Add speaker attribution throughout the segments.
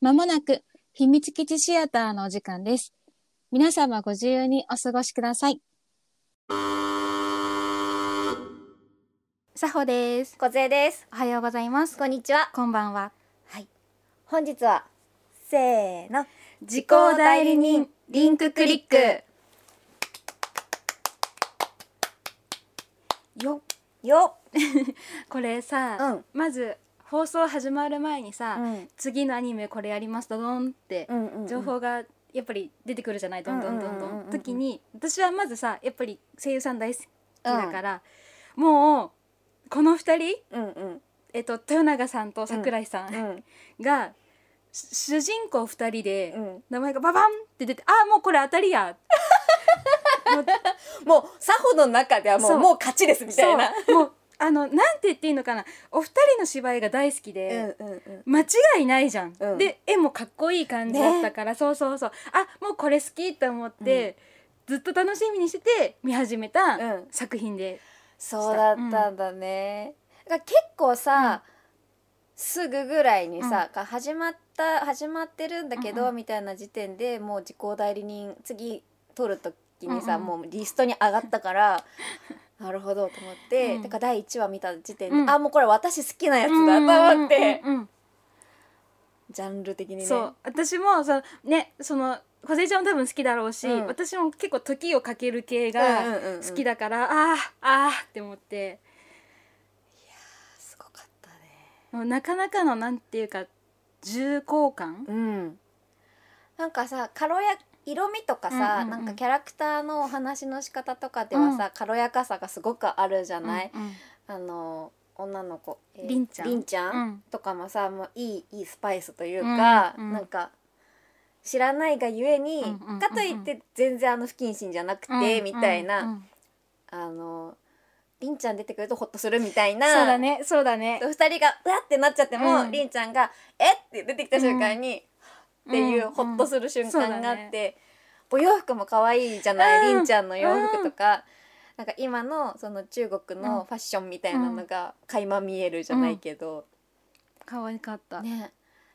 Speaker 1: まもなく秘密基地シアターのお時間です。皆様ご自由にお過ごしください。さほです。
Speaker 2: 小杖です。
Speaker 1: おはようございます。
Speaker 2: こんにちは。
Speaker 1: こんばんは。
Speaker 2: 本日はせーの
Speaker 1: 自
Speaker 2: 己代理人
Speaker 1: リンクク
Speaker 2: リック
Speaker 1: よ
Speaker 2: よ
Speaker 1: これさ、
Speaker 2: うん
Speaker 1: まず放送始まる前にさ、
Speaker 2: うん
Speaker 1: 次のアニメこれやりますドドンって
Speaker 2: うんうんうん
Speaker 1: 情報がやっぱり出てくるじゃないどんどんどんど
Speaker 2: うんうんうんうん
Speaker 1: ん
Speaker 2: うん
Speaker 1: 時に私はまずさやっぱり声優さん大好きだから、もうこの2人、
Speaker 2: うんうん
Speaker 1: えっと、豊永さんと桜井さ
Speaker 2: うんん
Speaker 1: が、し主人公2人で
Speaker 2: うん
Speaker 1: 名前がババンって出てああもうこれ当たりや
Speaker 2: もう作法の中ではも
Speaker 1: そう
Speaker 2: うもう勝ちですみたいな
Speaker 1: そうもうあのなんて言っていいのかなお二人の芝居が大好きで。
Speaker 2: うんうん
Speaker 1: 間違いないじゃん、
Speaker 2: うん
Speaker 1: で絵もかっこいい感じだったから、そうそうそうあもうこれ好きって思って、ずっと楽しみにしてて見始め
Speaker 2: う
Speaker 1: た
Speaker 2: ん
Speaker 1: 作品で、
Speaker 2: そうだったんだね、だから結構さ、すぐぐらいにさ、か始まった始まってるんだけど、
Speaker 1: うんうん
Speaker 2: みたいな時点でもう自己代理人次取る時にさ、
Speaker 1: うんうん
Speaker 2: もうリストに上がっ たから。なるほどと思って、
Speaker 1: うん
Speaker 2: だから第1話見た時点で、
Speaker 1: うん
Speaker 2: あもうこれ私好きなやつだと思って、
Speaker 1: うんうんうん
Speaker 2: ジャンル的にね
Speaker 1: そう私もそのねその小杉ちゃんも多分好きだろうし、
Speaker 2: うん
Speaker 1: 私も結構時をかける系
Speaker 2: うん
Speaker 1: が
Speaker 2: うんうん
Speaker 1: 好きだから、あーあーって思って
Speaker 2: すごかったね
Speaker 1: もうなかなかのなんていうか重厚感、
Speaker 2: うんなんかさ軽や色味とかさ、
Speaker 1: うんうんうん
Speaker 2: なんかキャラクターのお話の仕方とかではさ、軽やかさがすごくあるじゃない、
Speaker 1: うんうん
Speaker 2: あの女の子、え
Speaker 1: りんちゃん
Speaker 2: りんちゃん、
Speaker 1: うん
Speaker 2: とかもさもういいいいスパイスというか、
Speaker 1: うんうん
Speaker 2: なんか知らないがゆえに、
Speaker 1: うんうんうんうん
Speaker 2: かといって全然あの不謹慎じゃなくて、
Speaker 1: うん
Speaker 2: みたいな、
Speaker 1: うんうん
Speaker 2: あのりんちゃん出てくるとホッとするみたいな
Speaker 1: そうだねそうだね
Speaker 2: そう二人がうわってなっちゃっても、
Speaker 1: うん
Speaker 2: りんちゃんが「えっ!」て出てきた瞬間に、っていうほっとする瞬間があって、
Speaker 1: うんうんそうだ
Speaker 2: お洋服も可愛いじゃない、
Speaker 1: うん
Speaker 2: りんちゃんの洋服とか、なんか今のその中国のファッションみたいなのが垣間見えるじゃないけど、
Speaker 1: 可愛かった、
Speaker 2: ね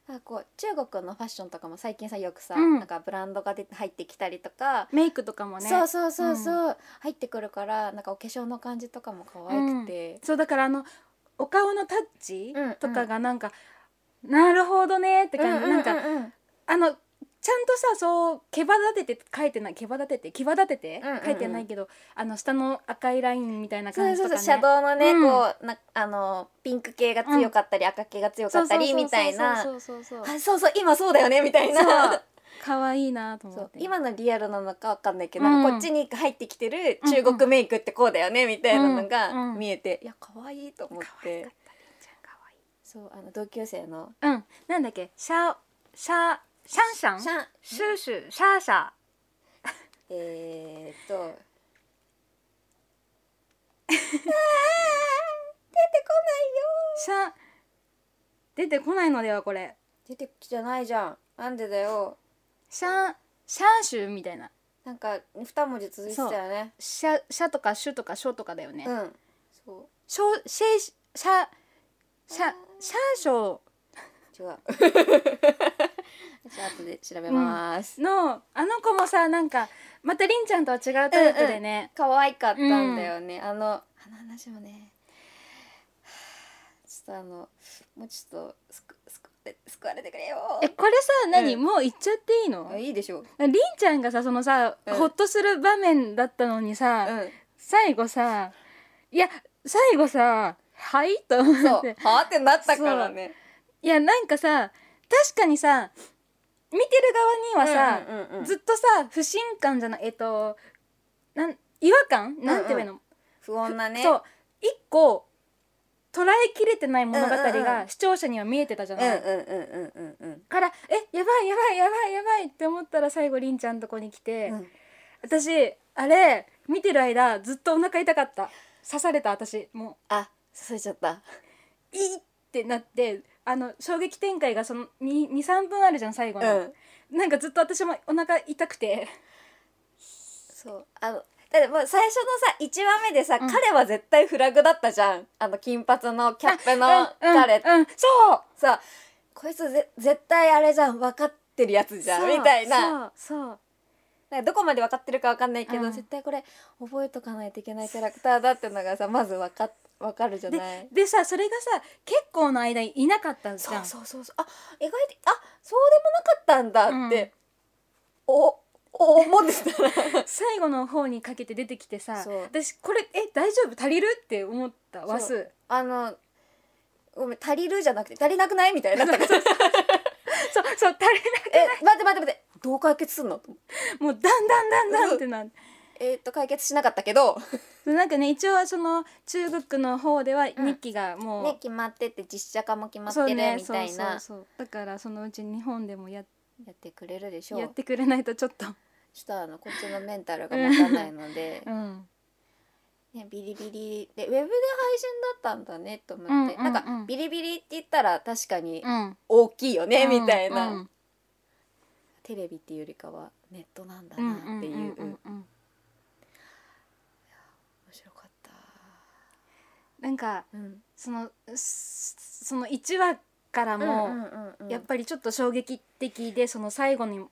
Speaker 2: なんかこう中国のファッションとかも最近さよくさ、
Speaker 1: うん
Speaker 2: なんかブランドが出て入ってきたりとか。
Speaker 1: メイクとかもね
Speaker 2: そうそうそうそう、入ってくるからなんかお化粧の感じとかも可愛くて、
Speaker 1: そうだからあのお顔のタッチ
Speaker 2: うんうん
Speaker 1: とかがなんか、なるほどねって感じ、なん
Speaker 2: う
Speaker 1: か
Speaker 2: んうんうん
Speaker 1: あのちゃんとさそう毛羽立てて書いてない毛羽立てて毛羽立てて
Speaker 2: うんうんうん
Speaker 1: 書いてないけど、あの下の赤いラインみたいな
Speaker 2: そ
Speaker 1: 感
Speaker 2: う
Speaker 1: じ
Speaker 2: そ
Speaker 1: と
Speaker 2: う
Speaker 1: か
Speaker 2: そ
Speaker 1: ね
Speaker 2: う、シャドウのね、
Speaker 1: うん
Speaker 2: こうなあのピンク系が強かったり、赤系が強かったりみたいな
Speaker 1: そうそうそうそうそう
Speaker 2: あそうそう今そうだよねみたい
Speaker 1: そう
Speaker 2: な
Speaker 1: 可愛いなと
Speaker 2: そ
Speaker 1: 思っ
Speaker 2: う
Speaker 1: て
Speaker 2: 今のリアルなのかわかんないけど、
Speaker 1: うん
Speaker 2: なんかこっちに入ってきてる中国メイクってこうだよねみたいなの
Speaker 1: うん
Speaker 2: が
Speaker 1: うん
Speaker 2: 見えて、いや可愛いと思っ
Speaker 1: 可愛かっ
Speaker 2: て
Speaker 1: たりんちゃん可愛い
Speaker 2: そうあの同級生の
Speaker 1: うんなんだっけシャオシャシャンシャン
Speaker 2: シャン
Speaker 1: シューシューシャーシャー
Speaker 2: えー、っと あー
Speaker 1: シャン出てこないのではこれ
Speaker 2: 出てきてないじゃんなんでだよ
Speaker 1: シャンシャンシュみたいな
Speaker 2: なんか二文字続いてたよね
Speaker 1: シャシャとかシュとかショとかだよね、
Speaker 2: うんそ
Speaker 1: ショシェイシャシャシャーショ
Speaker 2: う違 う私後で調べます、
Speaker 1: のあの子もさなんかまたりんちゃんとは違うタイプでね、
Speaker 2: 可愛かったんだよね、あのあの話もね はぁちょっとあのもうちょっとすくすくって救われてくれよ
Speaker 1: えこれさ何、
Speaker 2: う
Speaker 1: もう言っちゃっていいの
Speaker 2: あいいでしょう、
Speaker 1: りんちゃんがさそのさ、
Speaker 2: うん
Speaker 1: ほっとする場面だったのにさ、
Speaker 2: う
Speaker 1: 最後さいや最後さ「はい?」と思
Speaker 2: ん、そう
Speaker 1: っ て
Speaker 2: はあってなったからね
Speaker 1: いやなんかさ確かにさ見てる側にはさ、
Speaker 2: うんうんうん
Speaker 1: ずっとさ不信感じゃないえっとなん違和感なんて言えばいいの、
Speaker 2: 不穏なね
Speaker 1: そう一個捉えきれてない物語
Speaker 2: うんうんう
Speaker 1: が
Speaker 2: ん
Speaker 1: 視聴者には見えてたじゃ
Speaker 2: う
Speaker 1: なんい、
Speaker 2: うんうんうんうんうん
Speaker 1: から「えやばいやばいやばいやばい」って思ったら最後りんちゃんとこに来て、
Speaker 2: うん
Speaker 1: 私あれ見てる間ずっとお腹痛かった刺された私も
Speaker 2: あ刺されちゃった
Speaker 1: う「いい!」ってなってあの衝撃展開がその23分あるじゃん最後
Speaker 2: う
Speaker 1: の、
Speaker 2: ん
Speaker 1: なんかずっと私もお腹痛くて
Speaker 2: そうあのだってもう最初のさ一話目でさ、
Speaker 1: うん
Speaker 2: 彼は絶対フラグだったじゃんあの金髪のキャップの
Speaker 1: うんうん
Speaker 2: 彼
Speaker 1: うんそう
Speaker 2: さこいつぜ絶対あれじゃん分かってるやつじゃんみたいな
Speaker 1: そうそう
Speaker 2: なんかどこまで分かってるか分かんないけど、
Speaker 1: うん
Speaker 2: 絶対これ覚えとかないといけないキャラクターだってのがさまず分か分かるじゃない
Speaker 1: そう。でさそれがさ結構の間いなかったんじ
Speaker 2: そ
Speaker 1: ゃん
Speaker 2: うそうそうそうあ意外にあそうでもなかったんだって、おお思ってた
Speaker 1: 最後の方にかけて出てきてさ
Speaker 2: そう
Speaker 1: 私これえ大丈夫足りるって思った
Speaker 2: そう
Speaker 1: 話数
Speaker 2: あのごめん足りるじゃなくて足りなくないみたいになったから
Speaker 1: そうそう足りな
Speaker 2: え待って待って待ってどう解決すんの
Speaker 1: いもうだんだんだんだんってなって
Speaker 2: えーっと解決しなかったけど
Speaker 1: なんかね一応その中国の方では日記がもう、
Speaker 2: ね決まってて実写化も決まって
Speaker 1: そう
Speaker 2: る
Speaker 1: ね
Speaker 2: みたい
Speaker 1: そうそう
Speaker 2: な
Speaker 1: そうだからそのうち日本でもや
Speaker 2: やってくれるでしょ
Speaker 1: や
Speaker 2: う
Speaker 1: ってくれないとちょっと、
Speaker 2: ちょっとあのこっちのメンタルが持たないので
Speaker 1: う、ん、
Speaker 2: ね、ビリビリでウェブで配信だったんだねと思って、
Speaker 1: うんうんうん
Speaker 2: なんかビリビリって言ったら確かに
Speaker 1: うん、
Speaker 2: 大きいよね、みたいな、
Speaker 1: うん
Speaker 2: テレビっていうよりかはネットなんだ
Speaker 1: うん
Speaker 2: なっていう,、
Speaker 1: んん
Speaker 2: 面
Speaker 1: んん
Speaker 2: 白かった、
Speaker 1: なんか
Speaker 2: うん、
Speaker 1: そのすその1話からも、
Speaker 2: うんうんうんうん、
Speaker 1: やっぱりちょっと衝撃的でその最後に
Speaker 2: うんうん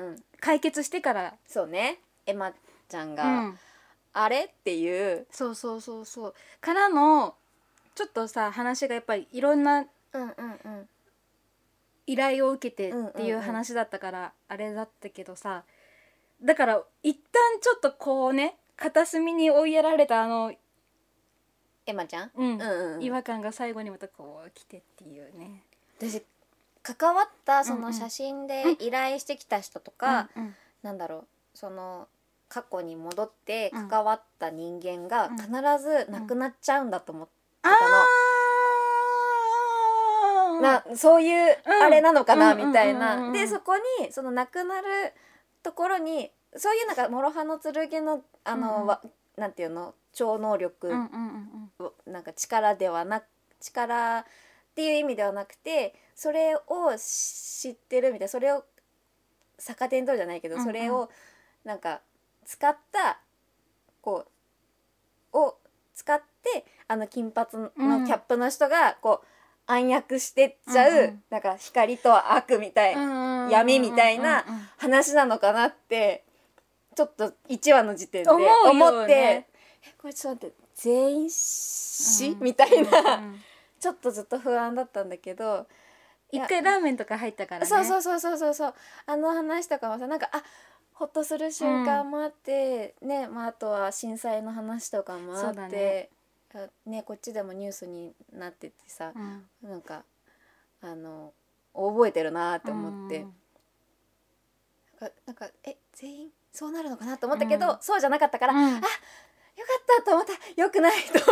Speaker 2: うんうん
Speaker 1: 解決してから
Speaker 2: そうねエマちゃんが、
Speaker 1: うん、
Speaker 2: あれっていう、
Speaker 1: そうそうそうそうからのちょっとさ話がやっぱりいろんな
Speaker 2: うんうんうん、
Speaker 1: 依頼を受けてってい
Speaker 2: んうんう
Speaker 1: うん話だったからあれだったけどさだから一旦ちょっとこうね片隅に追いやられたあの、
Speaker 2: エマちゃん、
Speaker 1: うん
Speaker 2: うんうんうん、
Speaker 1: 違和感が最後にまたこう来てっていうね。
Speaker 2: 私関わったそ
Speaker 1: うんう
Speaker 2: の
Speaker 1: ん
Speaker 2: 写真で依頼してきた人とか、
Speaker 1: うん
Speaker 2: なんだろうその過去に戻って
Speaker 1: うん
Speaker 2: 関わった人間が
Speaker 1: うん
Speaker 2: 必ず亡くなっちゃうんだと思って
Speaker 1: あ
Speaker 2: た
Speaker 1: ー
Speaker 2: の、なそういう
Speaker 1: うん
Speaker 2: あれなのかな、
Speaker 1: うんうん
Speaker 2: みたい
Speaker 1: うんうんう
Speaker 2: な。
Speaker 1: ん
Speaker 2: でそこにその亡くなるところにそういうなんか諸刃の剣のあの、
Speaker 1: うんうん
Speaker 2: わなんていうの超能力、
Speaker 1: うんうんうん
Speaker 2: なんか力ではなく力っていう意味ではなくてそれを知ってるみたいなそれを逆手に取るじゃないけど、
Speaker 1: うんうん
Speaker 2: それをなんか使ったこうを使ってあの金髪の
Speaker 1: うん
Speaker 2: キャップの人がこう暗躍してっちゃう、
Speaker 1: うんうん
Speaker 2: なんか光と悪みたいな
Speaker 1: うんうん
Speaker 2: 闇みたい
Speaker 1: う
Speaker 2: な
Speaker 1: んうん
Speaker 2: 話なのかなってちょっと1話の時点で
Speaker 1: 思うよね
Speaker 2: 思って、えこれちょっと待って全員死、
Speaker 1: うん
Speaker 2: みたいな。
Speaker 1: うんうん
Speaker 2: ちょっとずっと不安だったんだけど、いや
Speaker 1: 一回ラーメンとか入ったからね。
Speaker 2: そうそうそうそうそうそうあの話とかもさなんかあほっとする瞬間もあって、ね、まあ、あとは震災の話とかもあ
Speaker 1: そ
Speaker 2: っ
Speaker 1: う
Speaker 2: て
Speaker 1: だ
Speaker 2: ね
Speaker 1: ね
Speaker 2: こっちでもニュースになっててさ
Speaker 1: う、ん
Speaker 2: なんかあの覚えてるなって思って、なんかなんかえ全員そうなるのかなと思ったけ
Speaker 1: う
Speaker 2: ど、
Speaker 1: ん
Speaker 2: そうじゃなかったから、
Speaker 1: う
Speaker 2: よ
Speaker 1: ん
Speaker 2: かったと思ったよくないと思っ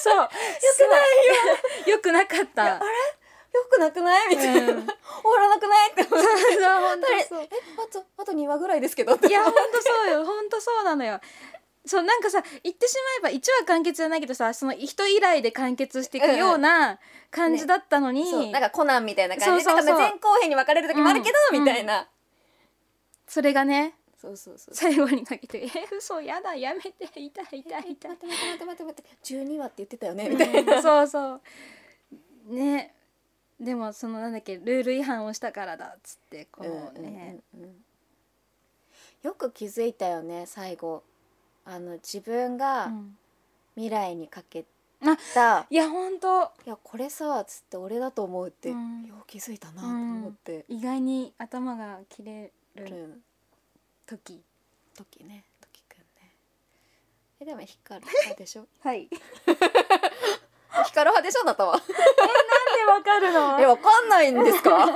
Speaker 1: そうよくないよよくなかった
Speaker 2: あ
Speaker 1: た
Speaker 2: れよくなくないみたいな、
Speaker 1: うん
Speaker 2: 終わらなくないって思って。
Speaker 1: 本
Speaker 2: あれえあとあと2話ぐらいですけどって
Speaker 1: いやほんとそうよほんとそうなのよそうなんかさ言ってしまえば1話完結じゃないけどさその人以来で完結していくような感じだったのに、
Speaker 2: そうなんかコナンみたいな感じで
Speaker 1: そうそうそう
Speaker 2: なんか前後編に分かれる時もあるけど、
Speaker 1: うん
Speaker 2: みたいな、
Speaker 1: それがね
Speaker 2: そうそうそう
Speaker 1: 最後にかけて「え嘘やだやめて痛い痛い痛い」
Speaker 2: 待って待って待って待って待って12話って言ってたよねみたいな、
Speaker 1: うんそうそうねでもそのなんだっけルール違反をしたからだっつってこうね、
Speaker 2: うんうんうんよく気づいたよね最後あの自分が
Speaker 1: うん
Speaker 2: 未来にかけ
Speaker 1: あ
Speaker 2: た、
Speaker 1: いやほんと
Speaker 2: いやこれさつって俺だと思うって、
Speaker 1: うん
Speaker 2: よう気づいたなと思って、
Speaker 1: 意外に頭が切れ
Speaker 2: う
Speaker 1: る
Speaker 2: ん
Speaker 1: 時
Speaker 2: 時ね時くんねえでも光る派でしょ
Speaker 1: はい
Speaker 2: 光る派でしょあな たは
Speaker 1: なん でわかるの
Speaker 2: え、わかんないんで すか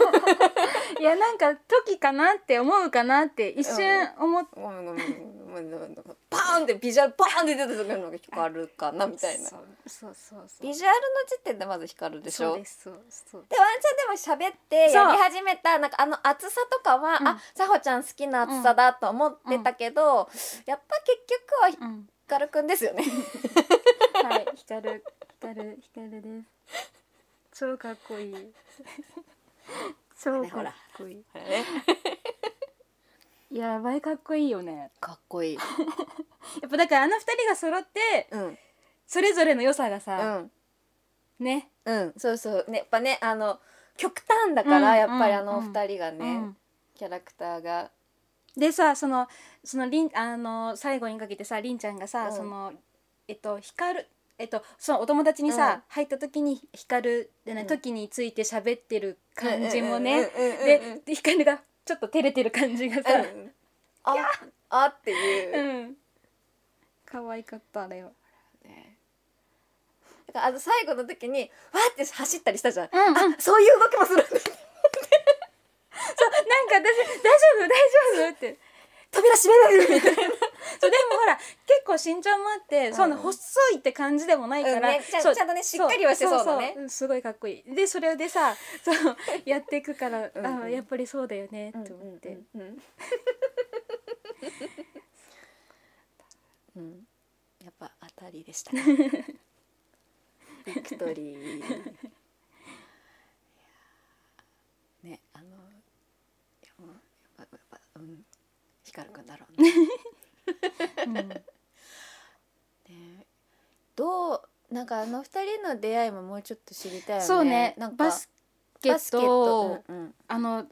Speaker 1: いやなんか時かなって思うかなって一瞬思っ
Speaker 2: ごめんごめんごめんごめんごめんパーンってビジュアルパーンって出てくるのが光るかなみたいな
Speaker 1: そうそうそうそう
Speaker 2: ビジュアルの時点でまず光るでしょ
Speaker 1: そう
Speaker 2: で
Speaker 1: ですそうそう
Speaker 2: ワンちゃんでも喋ってやり
Speaker 1: そう
Speaker 2: 始めたなんかあの暑さとかは、
Speaker 1: うん
Speaker 2: あさほちゃん好きな暑さだと思ってたけど、やっぱ結局は
Speaker 1: うん
Speaker 2: 光くんですよね
Speaker 1: はい光る光る光るです超かっこいい超かっこいいやばいかっこいいよね
Speaker 2: かっこいい
Speaker 1: やっぱだからあの二人が揃って
Speaker 2: うん
Speaker 1: それぞれの良さが
Speaker 2: う
Speaker 1: さ、
Speaker 2: ん
Speaker 1: ね
Speaker 2: うんそうそうねやっぱねあの極端だから、
Speaker 1: うん
Speaker 2: やっぱりあの
Speaker 1: うん
Speaker 2: 二人がね、
Speaker 1: うん
Speaker 2: キャラクターが
Speaker 1: でさそのそのりんあの最後にかけてさりんちゃんがさ、
Speaker 2: うん
Speaker 1: そのえっと光るえっとそのお友達にさ、
Speaker 2: うん
Speaker 1: 入った時に光でね、
Speaker 2: うん
Speaker 1: 時について喋ってる感じもね、
Speaker 2: うんうんうんうんうんうん
Speaker 1: でで光がちょっと照れてる感じがさ、
Speaker 2: うんああっていうう、
Speaker 1: ん可愛かったあれよ。
Speaker 2: ねだからあの最後の時にわーって走ったりしたじゃん、
Speaker 1: うんうん
Speaker 2: あそういう動きもするんだ
Speaker 1: そうなんか私大丈夫大丈夫って。
Speaker 2: 扉閉めないみたいな
Speaker 1: そうでもほら結構身長もあって、
Speaker 2: ん
Speaker 1: そんな細いって感じでもないから、
Speaker 2: うんねちゃん
Speaker 1: そう
Speaker 2: ちゃんとねしっかりはしてそうだね
Speaker 1: んすごいかっこいいでそれでさそうやっていくから
Speaker 2: うんうん
Speaker 1: あやっぱりそうだよねと思って、
Speaker 2: うんうんうんうんうんやっぱ当たりで したねビクトリーいやーねあのいやもうやっぱやっぱうん光くんだろうね
Speaker 1: うん
Speaker 2: ねどうなんかあの二人の出会いももうちょっと知りたいよね
Speaker 1: そうね
Speaker 2: なんか
Speaker 1: バスケ
Speaker 2: バ
Speaker 1: ットを
Speaker 2: うんうん
Speaker 1: あの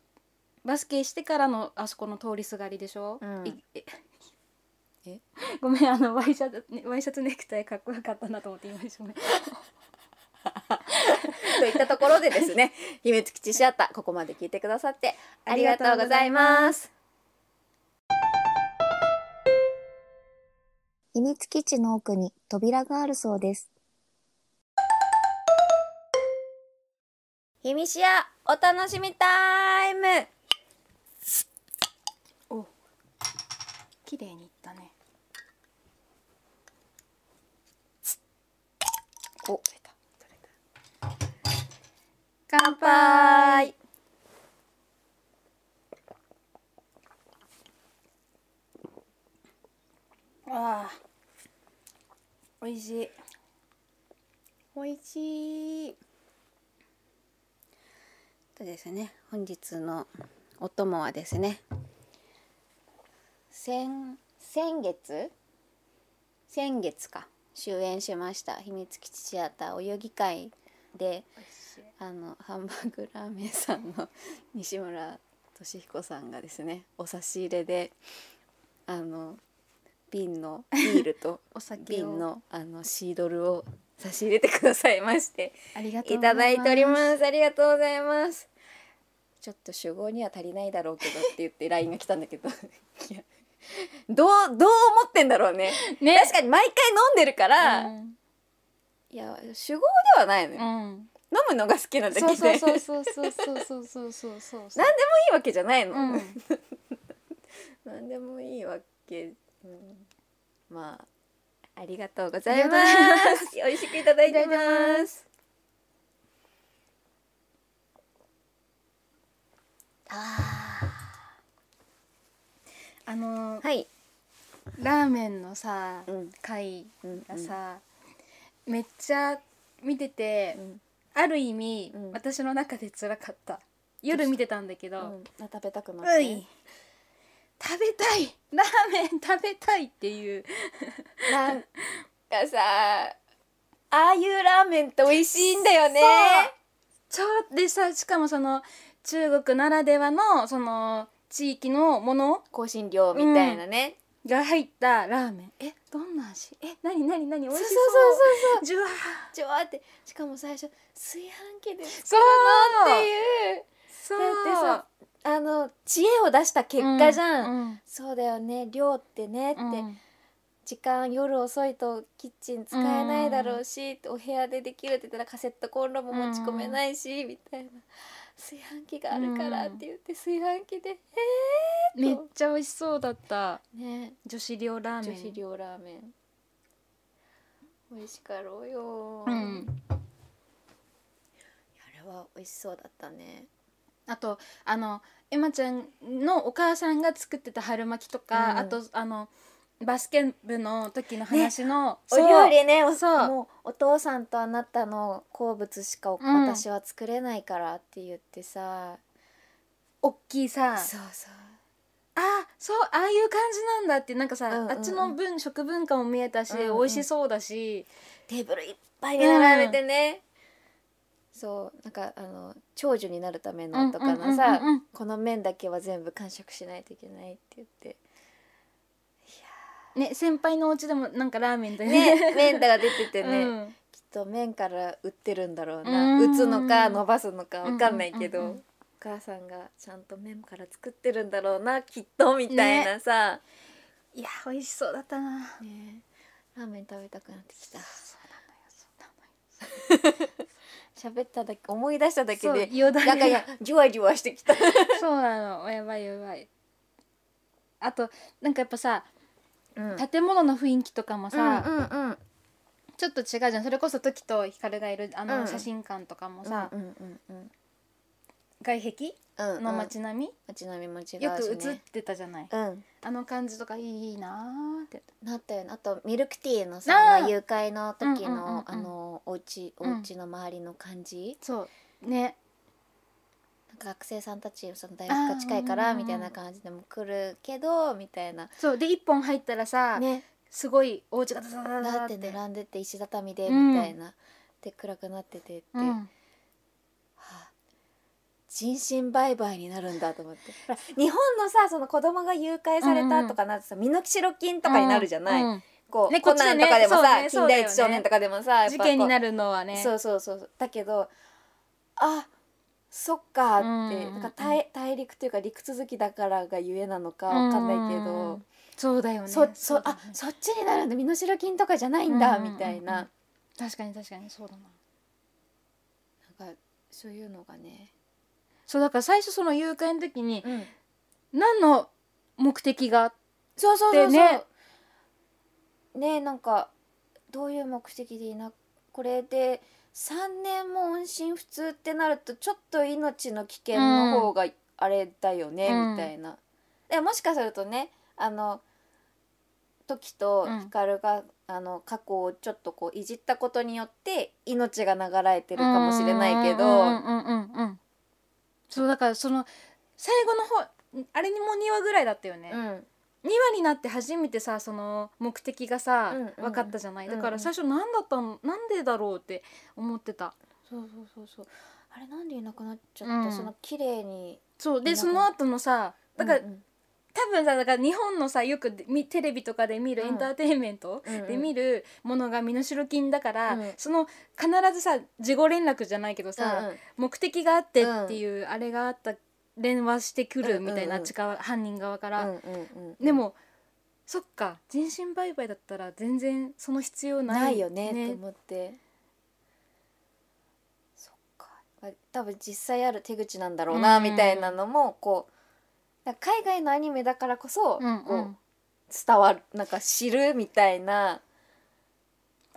Speaker 1: バスケしてからのあそこの通りすがりでしょ、
Speaker 2: うん
Speaker 1: いえ
Speaker 2: え
Speaker 1: ごめんあのワイシャツ、ね、ワイシャツネクタイかっこよかったなと思って今一緒に
Speaker 2: といったところでで すね秘密基地シアターここまで聞いてくださってありがとうございます
Speaker 3: 秘密基地の奥に扉があるそうです。
Speaker 2: 秘密シアお楽しみタイム
Speaker 1: お綺麗にいったね
Speaker 2: お
Speaker 1: 乾
Speaker 2: バイ
Speaker 1: ああおいしい
Speaker 2: おいしいとですね本日のお供はですね先先月先月か終演しました秘密基地シアター泳ぎ会であのハンバーグラーメンさんの西村俊彦さんがですねお差し入れであの瓶のビールと
Speaker 1: お酒を
Speaker 2: 瓶のあのシードルを差し入れてくださいまして
Speaker 1: ありがとう
Speaker 2: い
Speaker 1: ござ
Speaker 2: ただ
Speaker 1: い
Speaker 2: い
Speaker 1: ます
Speaker 2: ておりますありがとうございますちょっと酒豪には足りないだろうけどって言って LINE が来たんだけど いやどうどう思ってんだろうね
Speaker 1: ね
Speaker 2: 確かに毎回飲んでるから、
Speaker 1: うん
Speaker 2: いや酒豪ではないのよ、
Speaker 1: うん
Speaker 2: 飲むのが好きなだけで
Speaker 1: そうそうそう
Speaker 2: い
Speaker 1: そうそうそうそうそうそうそう
Speaker 2: なん いわけじゃないの、
Speaker 1: うん
Speaker 2: なんでもいいわけ、うんまあありがとうご
Speaker 1: あ
Speaker 2: ざ
Speaker 1: り
Speaker 2: い
Speaker 1: がとうご
Speaker 2: ま
Speaker 1: ざ
Speaker 2: す
Speaker 1: いま
Speaker 2: 美味しくいただいて
Speaker 1: いただいて
Speaker 2: ま
Speaker 1: ます
Speaker 2: あ
Speaker 1: あの
Speaker 2: ーはい、
Speaker 1: ラーメンのさ
Speaker 2: うん
Speaker 1: 回
Speaker 2: うん
Speaker 1: がさめっちゃ見てて
Speaker 2: うん
Speaker 1: ある意味
Speaker 2: うん
Speaker 1: 私の中で辛かった夜見てたんだけ
Speaker 2: う
Speaker 1: ど
Speaker 2: ん、あ食べたくなった
Speaker 1: うい食べたいラーメン食べたいっていう
Speaker 2: なんかさああいうラーメンって美味しいんだよね
Speaker 1: そうちょでさしかもその中国ならではのその地域のもの
Speaker 2: 香辛料みたいなね、
Speaker 1: が入ったラーメンえどんな味えなになになに美味しそう
Speaker 2: そう
Speaker 1: ジュワー
Speaker 2: ちょわってしかも最初炊飯器で作
Speaker 1: そう
Speaker 2: るのっていう
Speaker 1: そう
Speaker 2: だってさあの知恵を出した結果じゃん、
Speaker 1: うん
Speaker 2: そうだよね量ってねって、
Speaker 1: うん
Speaker 2: 時間夜遅いとキッチン使えないだろうし、お部屋でできるって言ったらカセットコンロも持ち込めないし、みたいな炊飯器があるからって言って炊飯器で、
Speaker 1: めっちゃ美味しそうだった
Speaker 2: えー、ね
Speaker 1: 女子寮ラーメ
Speaker 2: 女
Speaker 1: ン
Speaker 2: 子寮ラーメン美味しかろうよ、
Speaker 1: う
Speaker 2: いや
Speaker 1: ん
Speaker 2: あれは美味しそうだったね
Speaker 1: あとあのエマちゃんのお母さんが作ってた春巻きとか、
Speaker 2: うん
Speaker 1: あとあのバスケ部の時の話の、
Speaker 2: お
Speaker 1: そう
Speaker 2: 料理ねお
Speaker 1: そう
Speaker 2: もうお父さんとあなたの好物しか
Speaker 1: うん
Speaker 2: 私は作れないからって言ってさ、
Speaker 1: おっきいさ
Speaker 2: そうそう
Speaker 1: あそうああいう感じなんだってなんかさ、
Speaker 2: うんうんうん
Speaker 1: あっちの文食文化も見えたし、
Speaker 2: うんうん
Speaker 1: 美味しそうだし、
Speaker 2: テーブルいっぱいに並べてね、そうなんかあの長寿になるためのとか
Speaker 1: うんう
Speaker 2: の
Speaker 1: んうん
Speaker 2: さ
Speaker 1: うんうん
Speaker 2: この麺だけは全部完食しないといけないって 言って
Speaker 1: ね先輩のお家でもなんかラーメンだよ
Speaker 2: ね麺だが出てて ね、
Speaker 1: うん
Speaker 2: きっと麺から売ってるんだろうな
Speaker 1: うん
Speaker 2: 打つのか伸ばすのかわかんないけど、
Speaker 1: うんうんうんうん
Speaker 2: お母さんがちゃんと麺から作ってるんだろうなきっとみたいなさ、
Speaker 1: いや美味しそうだったな
Speaker 2: ねラーメン食べたくなってきた喋っただけ思い出しただけで
Speaker 1: そうよだれ
Speaker 2: なんかやじわじわしてきた
Speaker 1: そうなのやばいやばいあとなんかやっぱさ
Speaker 2: うん
Speaker 1: 建物の雰囲気とかもさ、
Speaker 2: うんうんうん
Speaker 1: ちょっと違うじゃんそれこそ時と光がいるあ
Speaker 2: うん
Speaker 1: の写真館とかもさ、
Speaker 2: うんうんうん
Speaker 1: 外壁
Speaker 2: うんうん
Speaker 1: の街並み、
Speaker 2: 街並みも違うし、ね、
Speaker 1: よく映ってたじゃない、
Speaker 2: うん
Speaker 1: あの感じとかいいなーって
Speaker 2: なったよねあとミルクティーの
Speaker 1: あ
Speaker 2: さ
Speaker 1: ー
Speaker 2: あの誘拐の時の、
Speaker 1: うんうんうんうん
Speaker 2: あのお家お家の周りの感じ、
Speaker 1: そうね
Speaker 2: なんか学生さんたちその大学が近いから
Speaker 1: あー
Speaker 2: みたいな感じでも来るけどみたいな
Speaker 1: そうで一本入ったらさ、
Speaker 2: ね
Speaker 1: すごいお家がダダダダダ
Speaker 2: だ
Speaker 1: っ
Speaker 2: ってて並んでて石畳で
Speaker 1: うん
Speaker 2: みたいな、で暗くなっててって、
Speaker 1: う
Speaker 2: は
Speaker 1: ん、
Speaker 2: あ人身売買になるんだと思ってほら日本のさその子供が誘拐されたとかなってさ身の代金とかになるじゃない、
Speaker 1: うんうん
Speaker 2: こう、
Speaker 1: ね
Speaker 2: コ
Speaker 1: こっち
Speaker 2: ナ
Speaker 1: で
Speaker 2: ン
Speaker 1: ね
Speaker 2: とかでもさ、
Speaker 1: そう
Speaker 2: 近
Speaker 1: ねそうだよ
Speaker 2: 代
Speaker 1: ね
Speaker 2: 一少年とかでもさやっぱ
Speaker 1: 事
Speaker 2: こう
Speaker 1: 件になるのはね
Speaker 2: そうそうそうそうだけどあそっかって、
Speaker 1: うんうんうん
Speaker 2: だから大大陸というか陸続きだからがゆえなのかわかんないけど、
Speaker 1: うんそうだよね
Speaker 2: そそ
Speaker 1: そうだ
Speaker 2: あ
Speaker 1: ね
Speaker 2: そっちになるんだ身代金とかじゃないんだ、
Speaker 1: うんうんうんうん
Speaker 2: みたいな
Speaker 1: 確かに確かにそうだな
Speaker 2: なんかそういうのがね、
Speaker 1: そうだから最初その誘拐の時に何の目的が
Speaker 2: そうそうそうそう
Speaker 1: でね
Speaker 2: ねなんかどういう目的でいなこれで3年も音信不通ってなるとちょっと命の危険の方があれだよね、
Speaker 1: うん
Speaker 2: みたいな。でもしかするとねあの時と光が、あの過去をちょっとこういじったことによって命が流れてるかもしれないけど、
Speaker 1: うんうんうんうんうんそうだからその最後の方あれにも2話ぐらいだったよね、
Speaker 2: うん
Speaker 1: 2話になって初めてさその目的がさ、
Speaker 2: うんうん
Speaker 1: 分かったじゃないだか
Speaker 2: うんう
Speaker 1: ら
Speaker 2: ん
Speaker 1: 最初何だったのなんでだろうって思ってた
Speaker 2: そうそうそうそうあれなんでいなくなっちゃった、
Speaker 1: うん
Speaker 2: その綺麗に
Speaker 1: そう
Speaker 2: い
Speaker 1: で
Speaker 2: や
Speaker 1: その後のさだから、
Speaker 2: うん
Speaker 1: 多分さだから日本のさよくみテレビとかで見る
Speaker 2: うん
Speaker 1: エンターテインメント
Speaker 2: うんうん
Speaker 1: で見るものが身代金だから、
Speaker 2: うん
Speaker 1: その必ずさ事後連絡じゃないけどさ、
Speaker 2: うんうん
Speaker 1: 目的があってっていうあれがあった連話してくるみたい
Speaker 2: うんうん
Speaker 1: な
Speaker 2: うん
Speaker 1: 近わ犯人側から、
Speaker 2: うんうんうん
Speaker 1: でもそっか人身売買だったら全然その必要ない
Speaker 2: ないよねって思ってそっか多分実際ある手口なんだろうな
Speaker 1: うん
Speaker 2: みたいなのもこうなんか海外のアニメだからこそ
Speaker 1: うんうん
Speaker 2: こう伝わるなんか知るみたいな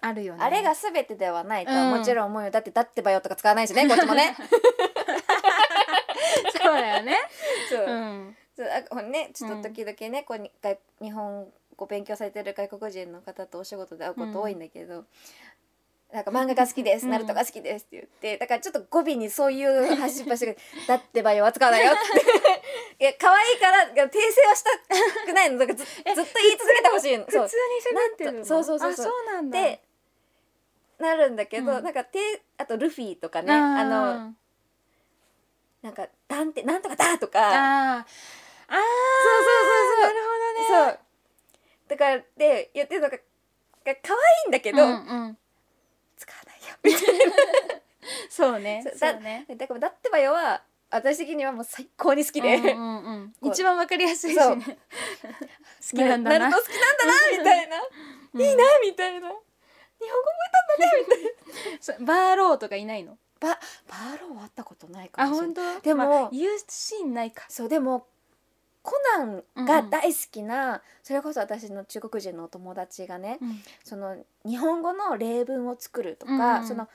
Speaker 1: あるよね
Speaker 2: あれが全てではないとは
Speaker 1: うん
Speaker 2: もちろん思うよだって「だってばよ」とか使わな いしねこっちもね
Speaker 1: そうだ よね、
Speaker 2: そう
Speaker 1: うん、
Speaker 2: そうあこうねちょ
Speaker 1: う
Speaker 2: っ
Speaker 1: ん
Speaker 2: と時々ね、こうに外日本語勉強されてる外国人の方とお仕事で会うこと多いんだけど、なんか漫画が好きです、
Speaker 1: うん
Speaker 2: ナルトが好きですって言ってだからちょっと語尾にそういう端っ端が「だってばよ扱うなよ」 っていや可愛いからいや訂正はしたくないのだからずずっと言い続けてほ しいの。
Speaker 1: 普通
Speaker 2: そ
Speaker 1: に
Speaker 2: う
Speaker 1: 攻めてるの
Speaker 2: そうそうそう
Speaker 1: あ
Speaker 2: そう
Speaker 1: そうなんだ
Speaker 2: でなるんだけど、
Speaker 1: うん
Speaker 2: なんかてあとルフィとか
Speaker 1: あ
Speaker 2: ねあのなんか「だん」って「なんとかだ」とか。
Speaker 1: あーあー
Speaker 2: そうそうそう
Speaker 1: な
Speaker 2: そう
Speaker 1: るほどね
Speaker 2: そうだからで言ってるのがが可愛いんだけど、
Speaker 1: うんうん、
Speaker 2: 使わないよみたい
Speaker 1: そうね
Speaker 2: そう
Speaker 1: そうね
Speaker 2: なだ からだってばよは私的にはもう最高に好きで、
Speaker 1: うんうんうん 一番わかりやすいしね
Speaker 2: そう
Speaker 1: 好きなんだな
Speaker 2: ると好きなんだなみたいな、
Speaker 1: うん
Speaker 2: いいなみたいな日本語
Speaker 1: そうバーローとかいないの
Speaker 2: ババーローは会ったことないか
Speaker 1: あ
Speaker 2: もしれ
Speaker 1: 本
Speaker 2: ない
Speaker 1: 当
Speaker 2: でも
Speaker 1: まあ言うシーンないか
Speaker 2: そうでもコナンが大好きな、それこそ私の中国人のお友達がね
Speaker 1: うん
Speaker 2: その日本語の例文を作るとか、
Speaker 1: うんうん
Speaker 2: その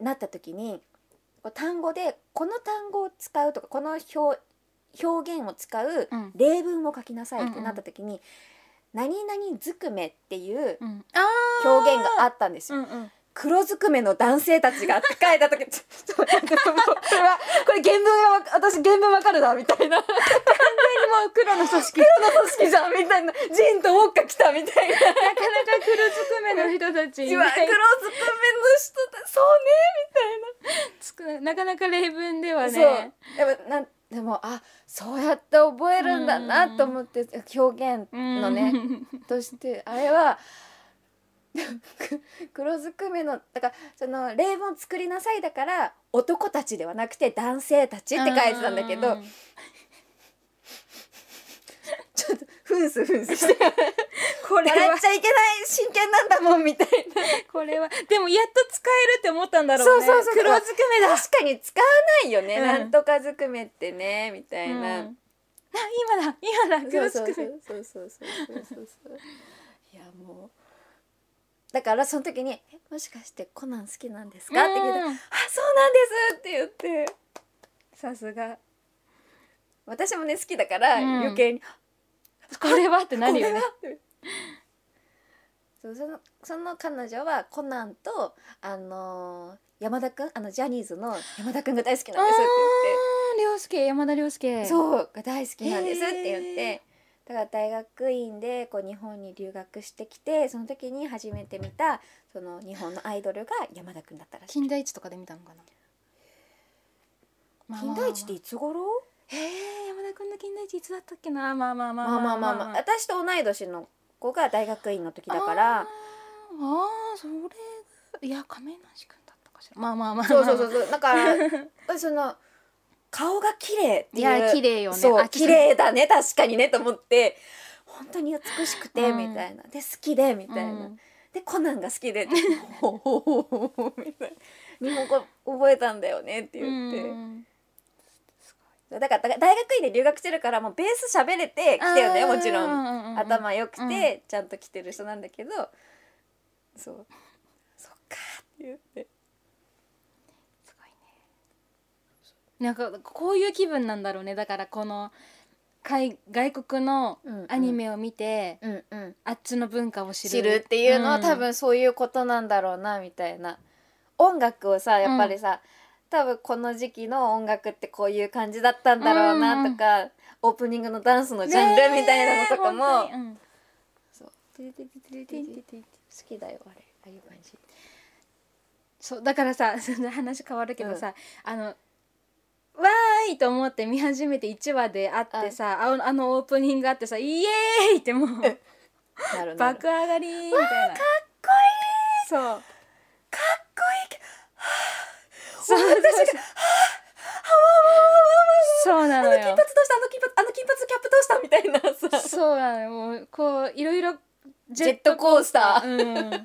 Speaker 2: なった時にこう単語でこの単語を使うとかこの表表現を使う
Speaker 1: うん
Speaker 2: 例文を書きなさいってなった時に「何々ずくめ」っていう
Speaker 1: うんあー
Speaker 2: 表現があったんですよ。
Speaker 1: うんうん
Speaker 2: 黒ずくめの男性たちがって書いた時 ちょっと待ってもうこれはこれ原文がわか私原文わかるなみたいな。
Speaker 1: なんも黒の組織
Speaker 2: 組織じゃんみたいなジンとウォッカ来たみたい
Speaker 1: な
Speaker 2: な
Speaker 1: かなか黒ずくめの人たちい
Speaker 2: 黒
Speaker 1: な
Speaker 2: ずくめ
Speaker 1: い
Speaker 2: の人だそう
Speaker 1: つくなかなか例文では
Speaker 2: ねみたいな、
Speaker 1: ね
Speaker 2: そうやっぱなんでもあそうやって覚えるんだなと思って表現
Speaker 1: うん
Speaker 2: のねとしてあれは く黒ずくめのだからその例文を作りなさいだから男たちではなくて男性たちって書いてたんだけ
Speaker 1: う
Speaker 2: ど
Speaker 1: ん
Speaker 2: ちょっとふんすふんすして
Speaker 1: これ
Speaker 2: 笑
Speaker 1: は
Speaker 2: っちゃいけない真剣なんだもんみたいな
Speaker 1: これはでもやっと使えるって思ったんだろうね
Speaker 2: そうそうそう
Speaker 1: 黒ずくめだ
Speaker 2: 確かに使わないよね、
Speaker 1: うん
Speaker 2: なんとかずくめってねみたいな、
Speaker 1: うんあ今だ今だ
Speaker 2: そ
Speaker 1: 黒
Speaker 2: うそ
Speaker 1: ず
Speaker 2: う
Speaker 1: く
Speaker 2: そう
Speaker 1: め
Speaker 2: そうそうそうそうそう いやもうだからその時にえ「もしかしてコナン好きなんですか?」って聞いたら
Speaker 1: うん
Speaker 2: あそうなんですって言ってさすが私もね好きだから
Speaker 1: うん
Speaker 2: 余計に
Speaker 1: これはって
Speaker 2: 「
Speaker 1: なるよね
Speaker 2: これはそうそのその彼女はコナンとあのー山田くんあのジャニーズの山田くんが大好きなんですって
Speaker 1: あー涼介山田涼介
Speaker 2: 言ってそうが大好きなんですって言っ
Speaker 1: へー
Speaker 2: てだから大学院でこう日本に留学してきてその時に初めて見たその日本のアイドルが山田くんだったらしい
Speaker 1: 金田一とかで見たのかなまあま
Speaker 2: 金
Speaker 1: あ
Speaker 2: 田一っていつ頃
Speaker 1: へえ山田君の金田一いつだったっけなまあまあまあ
Speaker 2: まあまあまあまあ、私と同い年の子が大学院の時だから
Speaker 1: あーあーそれがいや亀梨君だったかしらまあまあまあ
Speaker 2: そうそうそううそうだからその顔が綺麗っていう
Speaker 1: いや綺麗よね
Speaker 2: そう
Speaker 1: あ
Speaker 2: 綺麗だね確かにねと思って本当に美しくて
Speaker 1: うん
Speaker 2: みたいな、で好きでみたいな、
Speaker 1: うん
Speaker 2: でコナンが好きで ほほほほほみたいな日本語覚えたんだよねって言って、
Speaker 1: うん
Speaker 2: だからだから大学院で留学してるからもうベース喋れて来てるね
Speaker 1: あー
Speaker 2: もちろん。
Speaker 1: ううう
Speaker 2: 頭良く
Speaker 1: う
Speaker 2: てちゃんと来てる人なんだけど、そうそっかって言って
Speaker 1: すごいねなんかこういう気分なんだろうねだからこの海外国のアニメを見て、
Speaker 2: うんうん
Speaker 1: あっちの文化を知る
Speaker 2: 知るっていうのは
Speaker 1: ん
Speaker 2: 多分そういうことなんだろうなみたいな音楽をさやっぱりさ、多分この時期の音楽ってこういう感じだったんだろうなとか、オープニングのダンスのジャンルみたいなのとかも、
Speaker 1: ねえ本
Speaker 2: そう
Speaker 1: 当にうん
Speaker 2: てんてん好きだよあれああいう感じ
Speaker 1: そうだからさ そんな話変わるけどさ、あの「わーい!」と思って見始めて1話であってさあのあのオープニングあってさ「イエーイ!」って もう
Speaker 2: なるなる
Speaker 1: 爆上がりみたいな。かっこいいそう
Speaker 2: かっこいいけど
Speaker 1: そう私がそうなの
Speaker 2: あの金
Speaker 1: よ
Speaker 2: 髪どうしたあの金髪あの金髪キャップどうしたみたいなさ
Speaker 1: そうなのよもうこういろいろ
Speaker 2: ジェットコースター
Speaker 1: うん、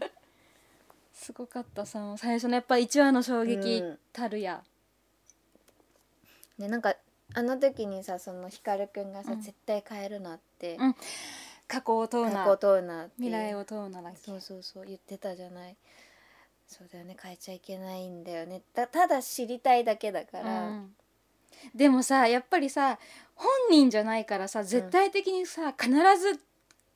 Speaker 1: すごかったその最初のやっぱ一話の衝撃
Speaker 2: うん
Speaker 1: たるや、
Speaker 2: ねなんかあの時にさその光くんがさ、
Speaker 1: うん
Speaker 2: 絶対変えるなって
Speaker 1: うん過去を問う
Speaker 2: 過
Speaker 1: な
Speaker 2: 去を問うなって
Speaker 1: 未来を問うなだっけ
Speaker 2: そうそうそう言ってたじゃないそうだよね変えちゃいけないんだよねたただ知りたいだけだから、
Speaker 1: うんでもさやっぱりさ本人じゃないからさ絶対的にさ、必ず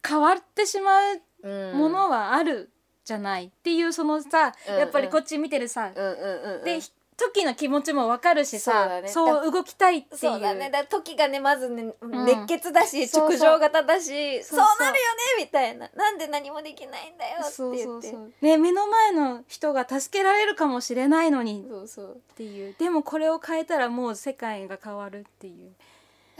Speaker 1: 変わってしまう
Speaker 2: うん
Speaker 1: ものはあるじゃない、っていうそのさ、
Speaker 2: うん
Speaker 1: やっぱりこっち見てるさ、
Speaker 2: うんうんうんうん
Speaker 1: でひ時の気持ちもわかるし
Speaker 2: そう
Speaker 1: さ
Speaker 2: だね
Speaker 1: そう,、動きたいっていう
Speaker 2: そうだねだから時がねまずね、
Speaker 1: ん
Speaker 2: 熱血だし
Speaker 1: そうそう
Speaker 2: 直情型だし
Speaker 1: そ
Speaker 2: そうう
Speaker 1: そう
Speaker 2: なるよねみたいななんで何もできないんだよって言って
Speaker 1: そうそうそうね目の前の人が助けられるかもしれないのに
Speaker 2: そうそう
Speaker 1: っていうでもこれを変えたらもう世界が変わるっていう、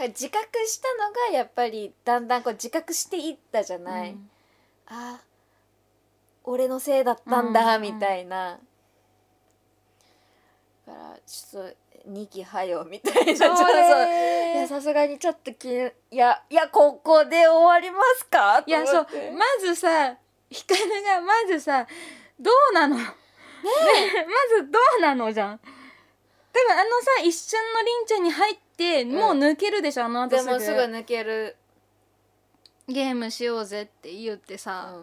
Speaker 2: 自覚したのがやっぱりだんだんこう自覚していったじゃない、
Speaker 1: うん
Speaker 2: あ俺のせいだったんだ、
Speaker 1: うん
Speaker 2: みたいなだからちょっと2期はよみたい なちょっとそういや
Speaker 1: ね
Speaker 2: さすがにちょっときいやいやここで終わりますか
Speaker 1: いやそう
Speaker 2: と思って
Speaker 1: まずさヒカルがまずさどうなのねまずどうなのじゃん多分あのさ一瞬のりんちゃんに入ってもう抜けるでしょ、あの後
Speaker 2: です
Speaker 1: ぐ
Speaker 2: もすぐ抜ける、
Speaker 1: ゲームしようぜって言ってさ、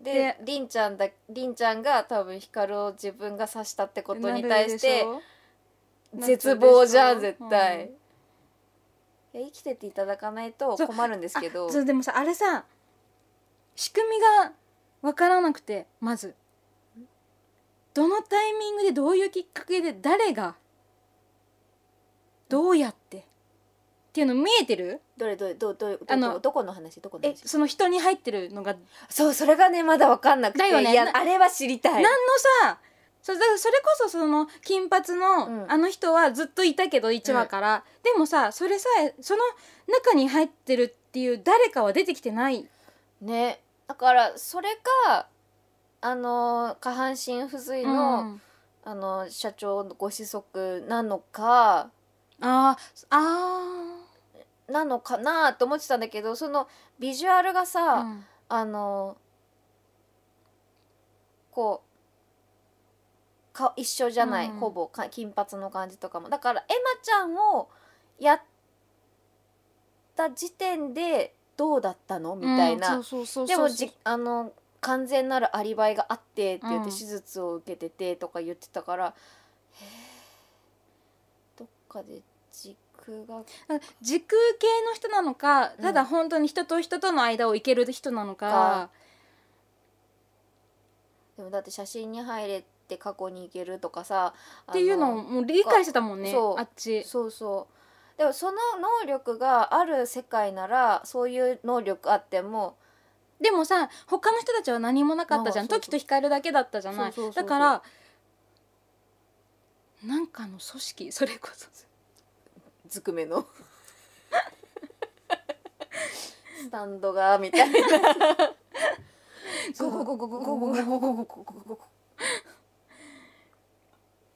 Speaker 2: でりんちゃんだりんちゃんが多分光を自分が刺したってことに
Speaker 1: なる
Speaker 2: 対し
Speaker 1: で
Speaker 2: て
Speaker 1: しょ
Speaker 2: 絶望じ
Speaker 1: な
Speaker 2: ゃん
Speaker 1: って
Speaker 2: 絶
Speaker 1: るでしょ
Speaker 2: 対、
Speaker 1: うん
Speaker 2: いや生きてていただかないと困るんですけど
Speaker 1: あそうでもさあれさ仕組みが分からなくてまずどのタイミングでどういうきっかけで誰がどうやってっていうの見えてる
Speaker 2: どれどれどうどう
Speaker 1: あ
Speaker 2: あ
Speaker 1: の
Speaker 2: のどこの話どこの
Speaker 1: え
Speaker 2: 話
Speaker 1: その人に入ってるのが
Speaker 2: そうそれがねまだわかんなくて
Speaker 1: だよね
Speaker 2: いや
Speaker 1: な
Speaker 2: あれは知りた
Speaker 1: 何
Speaker 2: い
Speaker 1: のさそだからそれこそその金髪の、
Speaker 2: うん
Speaker 1: あの人はずっといたけど1話から、でもさそれさえその中に入ってるっていう誰かは出てきてない
Speaker 2: ねだからそれかあの下半身不随の、
Speaker 1: うん
Speaker 2: あの社長のご子息なのか
Speaker 1: あーあ
Speaker 2: なのかなと思ってたんだけどそのビジュアルが
Speaker 1: ー
Speaker 2: さ、
Speaker 1: うん
Speaker 2: あのこう顔一緒じゃない、
Speaker 1: うん
Speaker 2: ほぼか金髪の感じとかもだからエマちゃんをやった時点でどうだったのみたいな、
Speaker 1: うんそうそうそうそう
Speaker 2: でもじあの完全なるアリバイがあってって言って
Speaker 1: うん
Speaker 2: 手術を受けててとか言ってたから、へえどっかで時空が
Speaker 1: 時空系の人なのか
Speaker 2: うん
Speaker 1: ただ本当に人と人との間を行ける人なのか
Speaker 2: か、でもだって写真に入れて過去に行けるとかさ
Speaker 1: っていう
Speaker 2: あ
Speaker 1: のをもう理解してたもんね
Speaker 2: そう
Speaker 1: あっち
Speaker 2: そうそうでもその能力がある世界ならそういう能力あっても
Speaker 1: でもさ他の人たちは何もなかったじゃん
Speaker 2: なんかそう
Speaker 1: 時と光るだけだったじゃない
Speaker 2: そうそうそうそう
Speaker 1: だからなんかの組織それこそ
Speaker 2: ずくめのスタンドがみたいな
Speaker 1: そう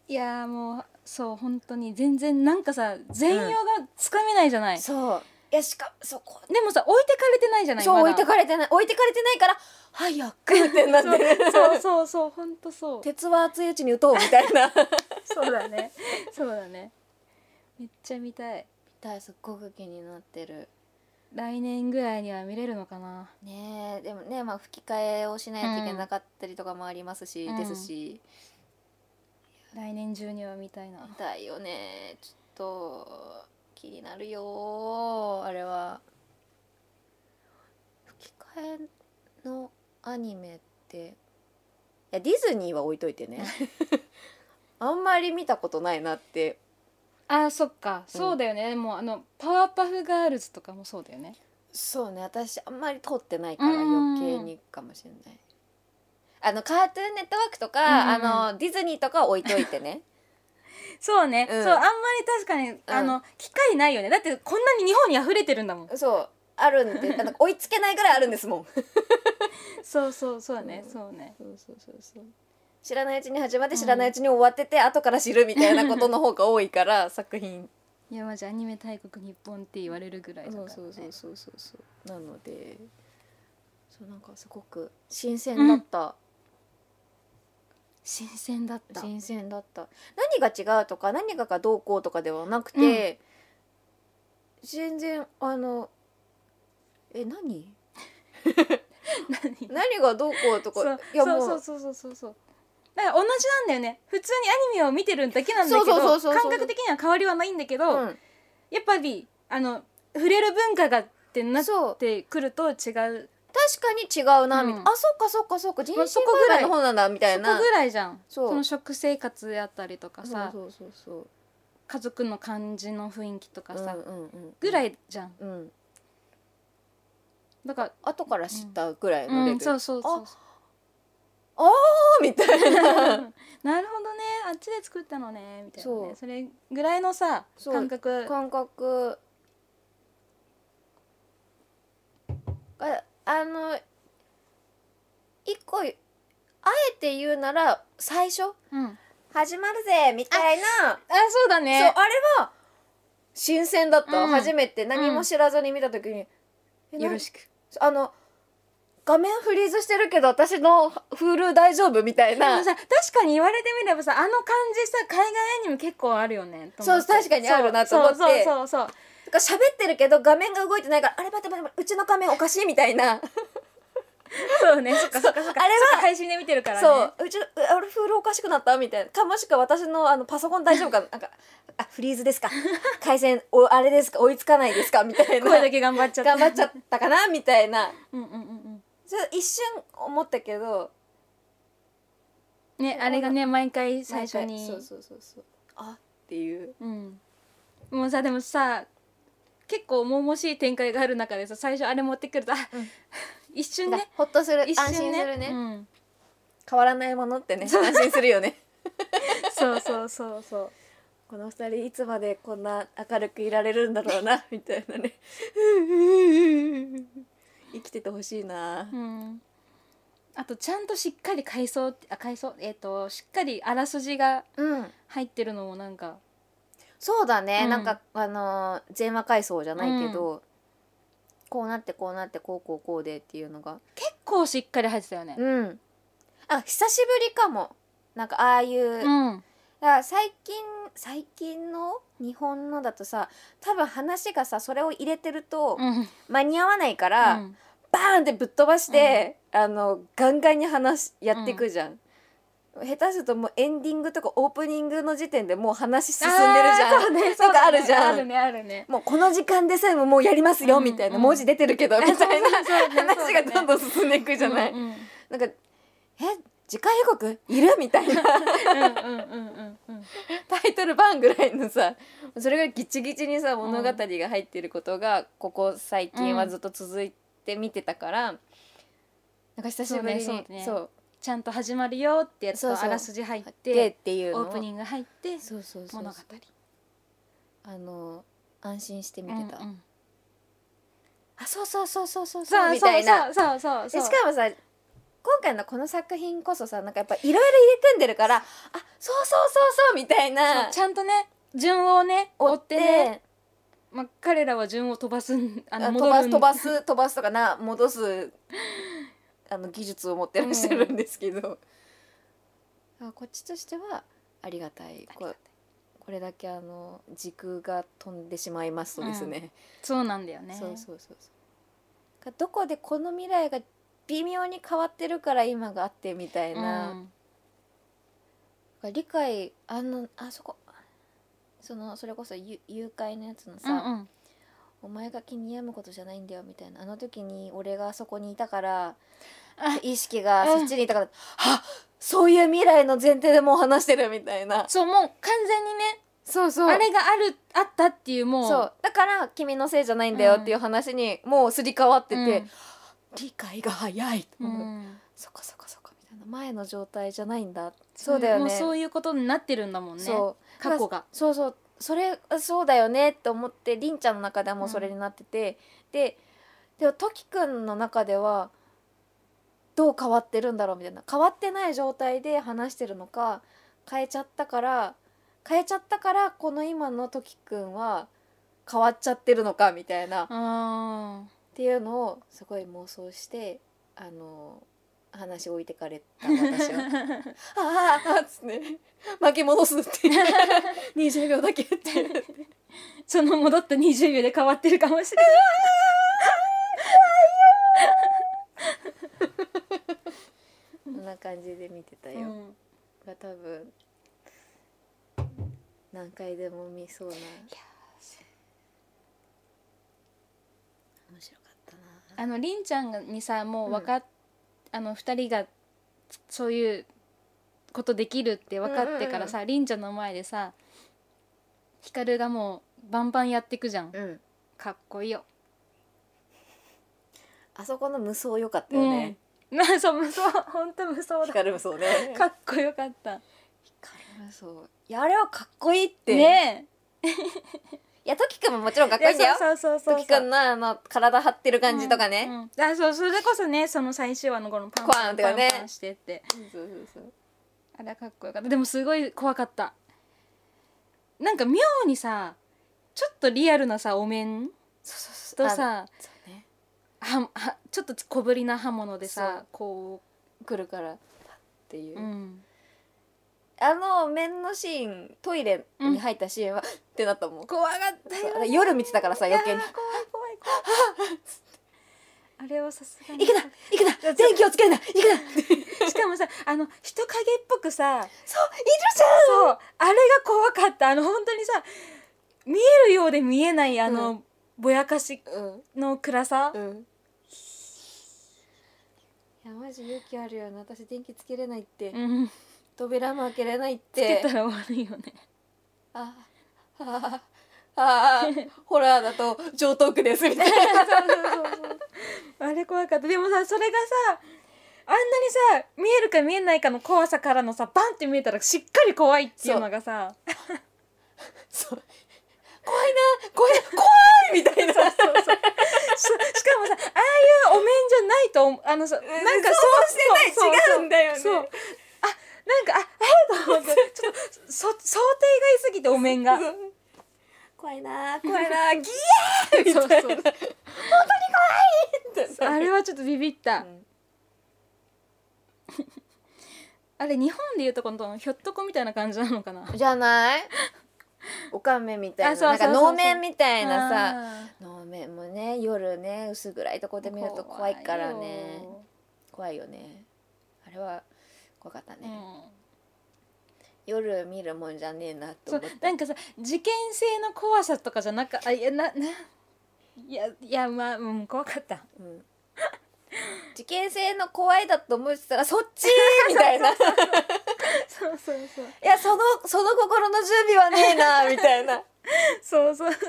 Speaker 1: いやーもうそう本当に全然なんかさ全容がつかめないじゃない、
Speaker 2: そういやしかそこ
Speaker 1: でもさ置いてかれてないじゃない
Speaker 2: そう置
Speaker 1: ま
Speaker 2: い
Speaker 1: だ
Speaker 2: てかれてない置いてかれてないから早くってなってる
Speaker 1: そうそうそう本当そう
Speaker 2: 鉄は熱いうちに打とうみたいな
Speaker 1: そうだね。そうだね。めっちゃ見たい。
Speaker 2: すっごく気になってる
Speaker 1: 来年ぐらいには見れるのかな。
Speaker 2: ねえでもねまあ吹き替えをしないといけなかったりとかもありますし、
Speaker 1: うん
Speaker 2: ですし
Speaker 1: 来年中には見たいな
Speaker 2: 見。たいよねちょっと気になるよあれは吹き替えのアニメっていやディズニーは置いといて ねあんまり見たことないなって
Speaker 1: あ、そっか。そうだよね。もうあのパワーパフガールズとかもそうだよね。
Speaker 2: そうね私あんまり通ってないか
Speaker 1: う
Speaker 2: ら
Speaker 1: ん
Speaker 2: 余計にかもしれないあのカートゥーンネットワークとか、
Speaker 1: うんうん
Speaker 2: あのディズニーとかは置いといてね
Speaker 1: そうね。
Speaker 2: うん
Speaker 1: そうあんまり確かに、あの機会ないよね。だってこんなに日本に溢れてるんだもん。
Speaker 2: そうあるんであの追いつけないぐらいあるんですもん
Speaker 1: そうそうそうね。
Speaker 2: うん
Speaker 1: そうね。
Speaker 2: そうそうそうそう知らないうちに始まって知らないうちに終わってて、後から知るみたいなことの方が多いから 作品
Speaker 1: いやマジアニメ大国日本って言われるぐらいだから、ね。
Speaker 2: そうそうそうなのでそうなんかすごく新鮮だった、
Speaker 1: 新鮮だった。
Speaker 2: 新鮮だった何が違うとか何かがどうこうとかではなくて、全然あのえ何
Speaker 1: 何？
Speaker 2: 何がどうこうとか
Speaker 1: そう
Speaker 2: いや
Speaker 1: そう
Speaker 2: も
Speaker 1: そう
Speaker 2: う
Speaker 1: そうそうそうそうだから同じなんだよね普通にアニメを見てるだけなんだけど
Speaker 2: そうそうそうそう
Speaker 1: 感覚的には変わりはないんだけど、
Speaker 2: うん
Speaker 1: やっぱりあの触れる文化がってなっ
Speaker 2: そう
Speaker 1: てくると違うそ
Speaker 2: 確かに違うなみたいな、
Speaker 1: うん
Speaker 2: あそっかそっかそっか人身
Speaker 1: まあそ
Speaker 2: 売
Speaker 1: こぐら
Speaker 2: 買
Speaker 1: い
Speaker 2: の方なんだみたい
Speaker 1: こ
Speaker 2: な
Speaker 1: ぐらいじゃん
Speaker 2: そう
Speaker 1: その食生活やったりとかさ
Speaker 2: そうそうそう
Speaker 1: 家族の感じの雰囲気と
Speaker 2: そ
Speaker 1: か
Speaker 2: う
Speaker 1: さ、
Speaker 2: うんうんうん、
Speaker 1: ぐらいじゃん
Speaker 2: うん
Speaker 1: だから、
Speaker 2: 後から知ったぐらいのレ
Speaker 1: う
Speaker 2: ベル、
Speaker 1: ん、そうそうそうそう
Speaker 2: あーみたいな
Speaker 1: なるほどねあっちで作ったのねみたいな
Speaker 2: そ
Speaker 1: ね
Speaker 2: う
Speaker 1: それぐらいのさ
Speaker 2: そう
Speaker 1: 感覚
Speaker 2: 感覚があの一個あえて言うなら最初
Speaker 1: うん、あ
Speaker 2: 始まるぜみたいな
Speaker 1: そうだ
Speaker 2: そう
Speaker 1: ね
Speaker 2: あれは新鮮だった、
Speaker 1: うん
Speaker 2: 初めて何も知らずに見た時に、え
Speaker 1: よろしく
Speaker 2: あの画面フリーズしてるけど私の Hulu 大丈夫みたい
Speaker 1: で
Speaker 2: な
Speaker 1: もさ確かに言われてみればさあの感じさ海外アニメ結構あるよねと思って
Speaker 2: そう確かにあるなと思って
Speaker 1: そうそうそうそう
Speaker 2: だから喋ってるけど画面が動いてないからあれ待って待って待ってうちの画面おかしいみたいな
Speaker 1: そうねそっかそっかそっか
Speaker 2: あれは
Speaker 1: そっか配信で見てるからね
Speaker 2: そううちうあれフールおかしくなったみたいなかもしくは私のあのパソコン大丈夫 かななんかあフリーズですか回線おあれですか追いつかないですかみたいな
Speaker 1: 声だけ頑張っちゃった
Speaker 2: 頑張っちゃったかなみたいな
Speaker 1: うんうんうん
Speaker 2: ちょっと一瞬思ったけど
Speaker 1: うんねあれがね毎回最初に
Speaker 2: なんかそうそうそうそうあっていう
Speaker 1: うんもうさでもさ結構重々しい展開がある中でさ最初あれ持ってくると、あ
Speaker 2: うん
Speaker 1: 一瞬
Speaker 2: だ
Speaker 1: ね
Speaker 2: ほっとする
Speaker 1: 一
Speaker 2: 安
Speaker 1: 瞬
Speaker 2: 心
Speaker 1: ね
Speaker 2: するね、
Speaker 1: うん
Speaker 2: 変わらないものってね安心するよね
Speaker 1: そうそうそうそう
Speaker 2: この二人いつまでこんな明るくいられるんだろうな みたいなね生きててほしいな、
Speaker 1: うん、あとちゃんとしっかり階層あ階層えっ、としっかりあらすじが
Speaker 2: うん、
Speaker 1: 入ってるのもなんか
Speaker 2: そうだね、
Speaker 1: うん
Speaker 2: なんかあのー全話回想じゃないけど、こうなってこうなってこうこうこうでっていうのが
Speaker 1: 結構しっかり入ってたよね。
Speaker 2: うんあ久しぶりかもなんかああいう、だか
Speaker 1: うん、
Speaker 2: ら最近最近の日本のだとさ多分話がさそれを入れてると
Speaker 1: うん、
Speaker 2: 間に合わないか
Speaker 1: う
Speaker 2: ら、
Speaker 1: ん
Speaker 2: バーンってぶっ飛ばして、あのガンガンに話しやっていくじゃん、下手するともうエンディングとかオープニングの時点でもう話進んでるじゃん
Speaker 1: あーそうね、
Speaker 2: とかあるじゃん
Speaker 1: そうだねあるねあるね。
Speaker 2: もうこの時間でさえももうやりますよ
Speaker 1: うん
Speaker 2: みたいな、
Speaker 1: うん
Speaker 2: 文字出てるけどみたいな
Speaker 1: そうね
Speaker 2: 話がどんどん進んでいくじゃない、
Speaker 1: うんうん
Speaker 2: なんかえ次回予告いるみたいな
Speaker 1: うんうんうんうん
Speaker 2: タイトル版ぐらいのさそれがギチギチにさ物語が入ってることがここ最近はずっと続いて見てたから、なんか久しぶりに
Speaker 1: そ
Speaker 2: そうう,、
Speaker 1: ねそうねちゃんと始まるよってやつ
Speaker 2: そう
Speaker 1: と
Speaker 2: そう
Speaker 1: あらすじ入っ
Speaker 2: でってていうの
Speaker 1: オ
Speaker 2: を
Speaker 1: ープニング入って
Speaker 2: そうそうそう
Speaker 1: 物語
Speaker 2: あの安心して見
Speaker 1: うんう
Speaker 2: て
Speaker 1: ん
Speaker 2: た、あそうそうそうそうそ
Speaker 1: そ
Speaker 2: う
Speaker 1: う
Speaker 2: そうみたいな
Speaker 1: そうそうそう
Speaker 2: で
Speaker 1: そう
Speaker 2: しかもさ今回のこの作品こそさなんかやっぱいろいろ入れ込んでるからあそうそうそうそうみたい
Speaker 1: そ
Speaker 2: な
Speaker 1: うちゃんとね順をね追
Speaker 2: 追
Speaker 1: っ
Speaker 2: ってて
Speaker 1: ね、まあ、彼らは順を飛ばすんあの
Speaker 2: あ
Speaker 1: 戻
Speaker 2: 飛
Speaker 1: る
Speaker 2: ば
Speaker 1: ん
Speaker 2: す飛ばす飛ばすとかな戻すあの技術を持ってらっしゃるんですけど、あこっちとしてはありがたいここれだけあの時空が飛んでしまいますとですね、
Speaker 1: そうなんだよね
Speaker 2: そうそうそうそうかどこでこの未来が微妙に変わってるから今があってみたいな、
Speaker 1: ん
Speaker 2: 理解あのあそこそのそれこそゆ誘拐のやつのさ、
Speaker 1: うんうん
Speaker 2: お前が気に病むことじゃないんだよみたいなあの時に俺があそこにいたから
Speaker 1: あ
Speaker 2: 意識がそっちにいたから、はそういう未来の前提でもう話してるみたいな
Speaker 1: そうもう完全にね
Speaker 2: そうそう
Speaker 1: あれがあるあったっていうもう
Speaker 2: そうだから君のせいじゃないんだよっていう話にもうすり替わってて、理解が早いと
Speaker 1: うん
Speaker 2: 思う、
Speaker 1: うん
Speaker 2: そこそこそこみたいな前の状態じゃないんだそうだよね
Speaker 1: もうそういうことになってるんだもんね
Speaker 2: そう
Speaker 1: 過去が
Speaker 2: そうそうそれそうだよねって思ってりんちゃんの中ではもうそれになってて、ででもときくんの中ではどう変わってるんだろうみたいな変わってない状態で話してるのか変えちゃったから変えちゃったからこの今のときくんは変わっちゃってるのかみたいな、っ
Speaker 1: あ
Speaker 2: ていうのをすごい妄想してあの話を置いてかれた私 は。
Speaker 1: ー
Speaker 2: ああっつって巻き戻すっていう20秒だけって
Speaker 1: その戻った20秒で変わってるかもしれない
Speaker 2: こんな感じで見てたよ、
Speaker 1: うん
Speaker 2: が多分何回でも見そうな面白かったな
Speaker 1: あのりんちゃんにさもう分かっ、あの2人がそういうことできるって分かってからさ、りんちゃんの前でさひかるがもうバンバンやってくじゃん
Speaker 2: うん
Speaker 1: かっこいいよ。
Speaker 2: あそこの無双良かったよね、
Speaker 1: なそう無双本当無双だ
Speaker 2: 光る無双ね
Speaker 1: かっこよかった。
Speaker 2: 光る無双いやあれはかっこいいって、
Speaker 1: ね
Speaker 2: いやときくんももちろんかっ
Speaker 1: え。
Speaker 2: こいいんだよ
Speaker 1: そうそうそうそ
Speaker 2: と
Speaker 1: う
Speaker 2: きくんのあの体張ってる感じとかね、
Speaker 1: うんうんあそうそれこそねその最終話のこのパン
Speaker 2: コ
Speaker 1: パ
Speaker 2: ア
Speaker 1: ン
Speaker 2: ン
Speaker 1: パ
Speaker 2: と
Speaker 1: ン
Speaker 2: かね
Speaker 1: パンしてって
Speaker 2: そうそうそう
Speaker 1: あれはかっこよかったでもすごい怖かったなんか妙にさちょっとリアルなさお面
Speaker 2: そうそ
Speaker 1: と
Speaker 2: うそうあ
Speaker 1: さ
Speaker 2: そうね
Speaker 1: ははちょっと小ぶりな刃物でさ
Speaker 2: そう
Speaker 1: こ、
Speaker 2: 来るからっていうう、
Speaker 1: うん、
Speaker 2: あの面のシーントイレに入ったシーンは、ってなったもん
Speaker 1: 怖かったよ
Speaker 2: そう夜見てたからさ余計に
Speaker 1: いやー怖い 怖い怖いあれはさすが
Speaker 2: 「
Speaker 1: に
Speaker 2: いくな行くな電気をつけるないくな!」いるじ
Speaker 1: しかもさあの人影っぽくさ
Speaker 2: ゃ
Speaker 1: そうあれが怖かったあの本当にさ見えるようで見えないあの、
Speaker 2: う
Speaker 1: ぼやかし
Speaker 2: ん!」うん
Speaker 1: の暗さ、
Speaker 2: うんいやマジ勇気あるよな私電気つけれないって、
Speaker 1: うん、つ
Speaker 2: 扉も開けれないっ
Speaker 1: け
Speaker 2: て
Speaker 1: たら悪いよね
Speaker 2: ああああーホラーだと上等区ですみたいな
Speaker 1: あれ怖かったでもさそれがさあんなにさ見えるか見えないかの怖さからのさバンって見えたらしっかり怖いっていうのがさ
Speaker 2: そう怖いな怖いな怖いみたいな
Speaker 1: し しかもさああいうお面じゃないと思うあのさなんかそう
Speaker 2: 想像してない
Speaker 1: そう
Speaker 2: 違うんだよね
Speaker 1: そうそうあなんかあえっと思ってちょっとそ想定外すぎてお面が
Speaker 2: 怖いな怖いなギ
Speaker 1: そうそう
Speaker 2: ーって
Speaker 1: あれはちょっとビビった、
Speaker 2: ん
Speaker 1: あれ日本でいうとこのひょっとこみたいな感じなのかな
Speaker 2: じゃないおかめみたい
Speaker 1: あそ
Speaker 2: なな
Speaker 1: うん
Speaker 2: か
Speaker 1: そうそうそう
Speaker 2: 能面みたいなさ
Speaker 1: さ
Speaker 2: 能面もね夜ね薄暗いとこで見ると怖いからね怖いよねあれは怖かったね、夜見るもんじゃねえなと
Speaker 1: そ
Speaker 2: 思
Speaker 1: う
Speaker 2: って
Speaker 1: なんかさ事件性の怖さとかじゃなかあいやなないやいやまあうん怖かった
Speaker 2: うん、事件性の怖いだと思ってたらそっ ちみたいない
Speaker 1: そうそうそう
Speaker 2: やそのその心の準備はねえなみたいな
Speaker 1: そうそう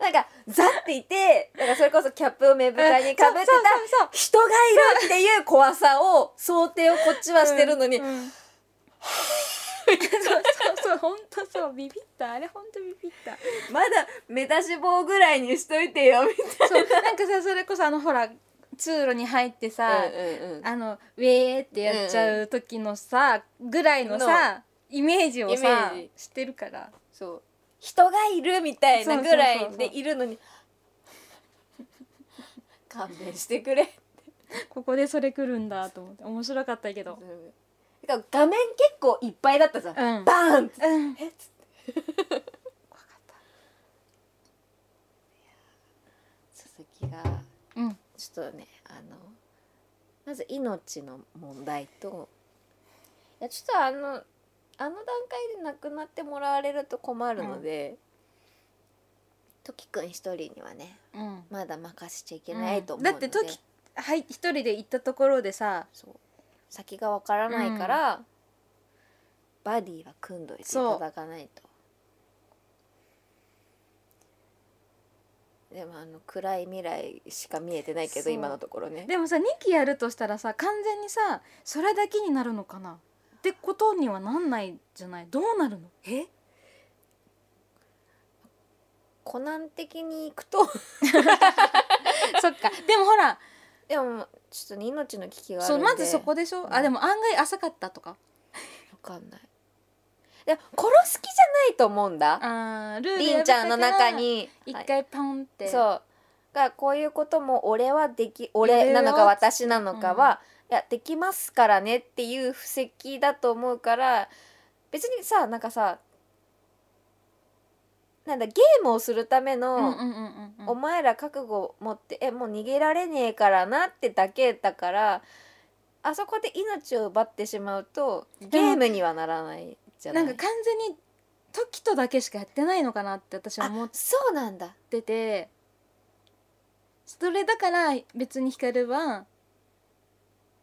Speaker 2: なんかザッていてなんかそれこそキャップを目深にかぶってた
Speaker 1: そうそう
Speaker 2: 人がいるっていう怖さを想定をこっちはしてるのに、
Speaker 1: そううんそうそうそう本当そうビビったあれ本当ビビった
Speaker 2: まだ目出し棒ぐらいにしといてよみ
Speaker 1: そうなんかさそれこそあのほら通路に入ってさ、
Speaker 2: たいな。うんうん
Speaker 1: あのウェーってやっちゃう時のさ、ぐらいのさイメージを
Speaker 2: イメ
Speaker 1: さ
Speaker 2: ージ
Speaker 1: してるから
Speaker 2: そう人がいるみたいなぐら
Speaker 1: そうそうそ
Speaker 2: いう
Speaker 1: そう
Speaker 2: でいるのに勘弁してくれ
Speaker 1: ここでそれ来るんだと思って面白かったけど
Speaker 2: てか画面結構いっぱいだったじゃん、
Speaker 1: うん
Speaker 2: バーンって
Speaker 1: うん
Speaker 2: えっつって怖かったいやー続きが
Speaker 1: うん
Speaker 2: ちょっとねあのまず命の問題といやちょっとあのあの段階で亡くなってもらわれると困るので、ときくん一人にはね
Speaker 1: うん
Speaker 2: まだ任せちゃいけないと思う
Speaker 1: だ
Speaker 2: の
Speaker 1: っ
Speaker 2: で、
Speaker 1: て時はい一人で行ったところでさ
Speaker 2: そう先がわからないから、バディは組んどいていただかないとでもあの暗い未来しか見えてないけど
Speaker 1: そう
Speaker 2: 今のところね
Speaker 1: でもさ2期やるとしたらさ完全にさそれだけになるのかなってことにはなんないじゃないどうなるのえ
Speaker 2: コナン的に行く
Speaker 1: そ
Speaker 2: と
Speaker 1: っかでもほら
Speaker 2: でもちょっとね命の危機がある
Speaker 1: そ
Speaker 2: ん
Speaker 1: う
Speaker 2: で
Speaker 1: まずそこでしょ、
Speaker 2: うん
Speaker 1: あでも案外浅かったとか
Speaker 2: わかんないでも殺す気じゃないと思うんだ
Speaker 1: あールール
Speaker 2: りんちゃんの中に
Speaker 1: 一
Speaker 2: はい
Speaker 1: 回パンって、
Speaker 2: そうがこういうことも俺はでき
Speaker 1: やる
Speaker 2: 俺
Speaker 1: よ
Speaker 2: なのか私なのかは、いやできますからねっていう布石だと思うから別にさなんかさなんだゲームをするための、
Speaker 1: うんうんうんうん
Speaker 2: お前ら覚悟持ってえもう逃げられねえからなってだけだからあそこで命を奪ってしまうとゲームにはならないじゃな
Speaker 1: ないんか完全に時とだけしかやってないのかなって私は思っ
Speaker 2: あそうなんだ
Speaker 1: ててそれだから別に光は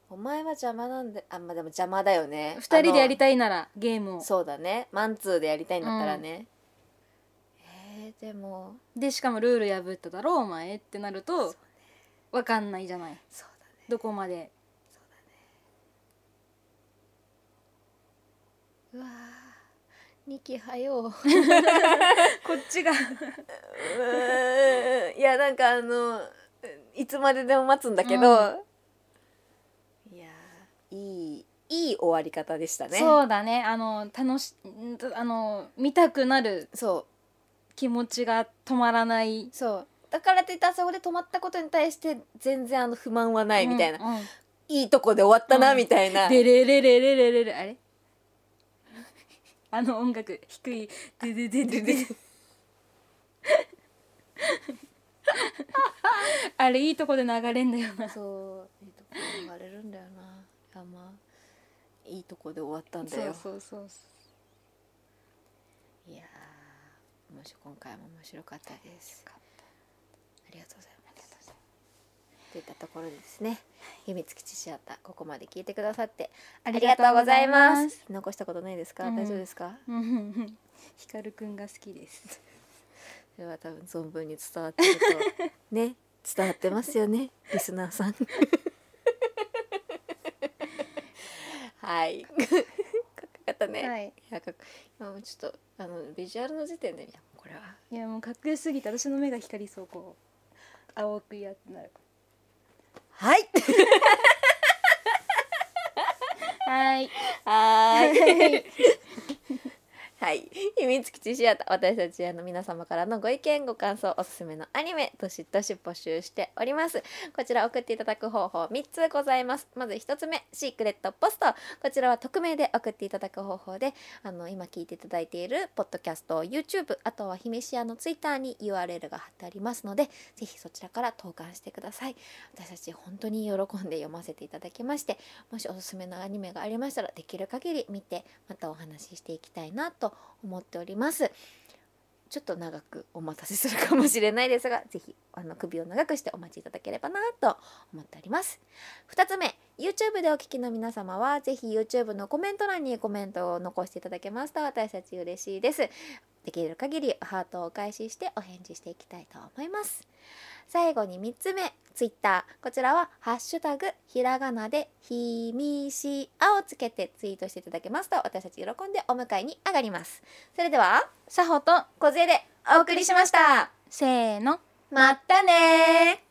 Speaker 2: お前は邪魔なんだあまあでも邪魔だよね
Speaker 1: 2人でやり
Speaker 2: た
Speaker 1: たいならゲームを
Speaker 2: そうだねマンツーでやりたいんだったらね、えーでも
Speaker 1: でしかもルール破っただろお前ってなるとわかんないじゃない
Speaker 2: そうだね
Speaker 1: どこまで
Speaker 2: うわー2期はよう
Speaker 1: こっちが
Speaker 2: いやなんかあのいつまででも待つんだけど、いやーいいいい終わり方でした ね
Speaker 1: そうだねあの楽しんあの見たくなる
Speaker 2: そう
Speaker 1: 気持ちが止まらない
Speaker 2: そうだからといってあそこで止まったことに対して全然あの不満はないみたいな、
Speaker 1: うんうん
Speaker 2: いいとこで終わったな
Speaker 1: うん
Speaker 2: みたいな、
Speaker 1: でれれれれれれれあ れあの音楽低いででででで あれいいとこで流れんだよな
Speaker 2: そういいとこで流れるんだよな山いいとこで終わったんだよ
Speaker 1: そうそう
Speaker 2: いやーもし今回も面白かったですありがとうございますといったところでですね秘密基地シアターここまで聞いてくださってありがとうございます残したことないですか、
Speaker 1: うん
Speaker 2: 大丈夫ですか
Speaker 1: そうひかるくんが好きです
Speaker 2: それは多分存分に伝わってると ね伝わってますよねリスナーさんはいかっこよかったね、い、
Speaker 1: はい
Speaker 2: やかっこ今もうちょっとあのビジュアルの時点でいやこれはい
Speaker 1: やもうかっこよすぎて私の目が光りそうこう青くやってなる
Speaker 2: はい
Speaker 1: はい
Speaker 2: はい。はい、秘密基地シアター私たちあの皆様からのご意見ご感想おすすめのアニメどしどし募集しておりますこちら送っていただく方法3つございますまず1つ目シークレットポストこちらは匿名で送っていただく方法であの今聞いていただいているポッドキャスト YouTube あとは姫シアの Twitter に URL が貼ってありますのでぜひそちらから投函してください私たち本当に喜んで読ませていただきましてもしおすすめのアニメがありましたらできる限り見てまたお話ししていきたいなと思っておりますちょっと長くお待たせするかもしれないですが ぜひあの首を長くしてお待ちいただければなと思っております2つ目 YouTube でお聞きの皆様はぜひ YouTube のコメント欄にコメントを残していただけますと私たち嬉しいですできる限りハートをお返ししてお返事していきたいと思います最後に3つ目ツイッターこちらは「ハッシュタグひらがな」で「ひみしあ」をつけてツイートしていただけますと私たち喜んでお迎えに上がりますそれでは
Speaker 1: さほと
Speaker 2: 小杖でお送りしました
Speaker 1: せーの
Speaker 2: まったねー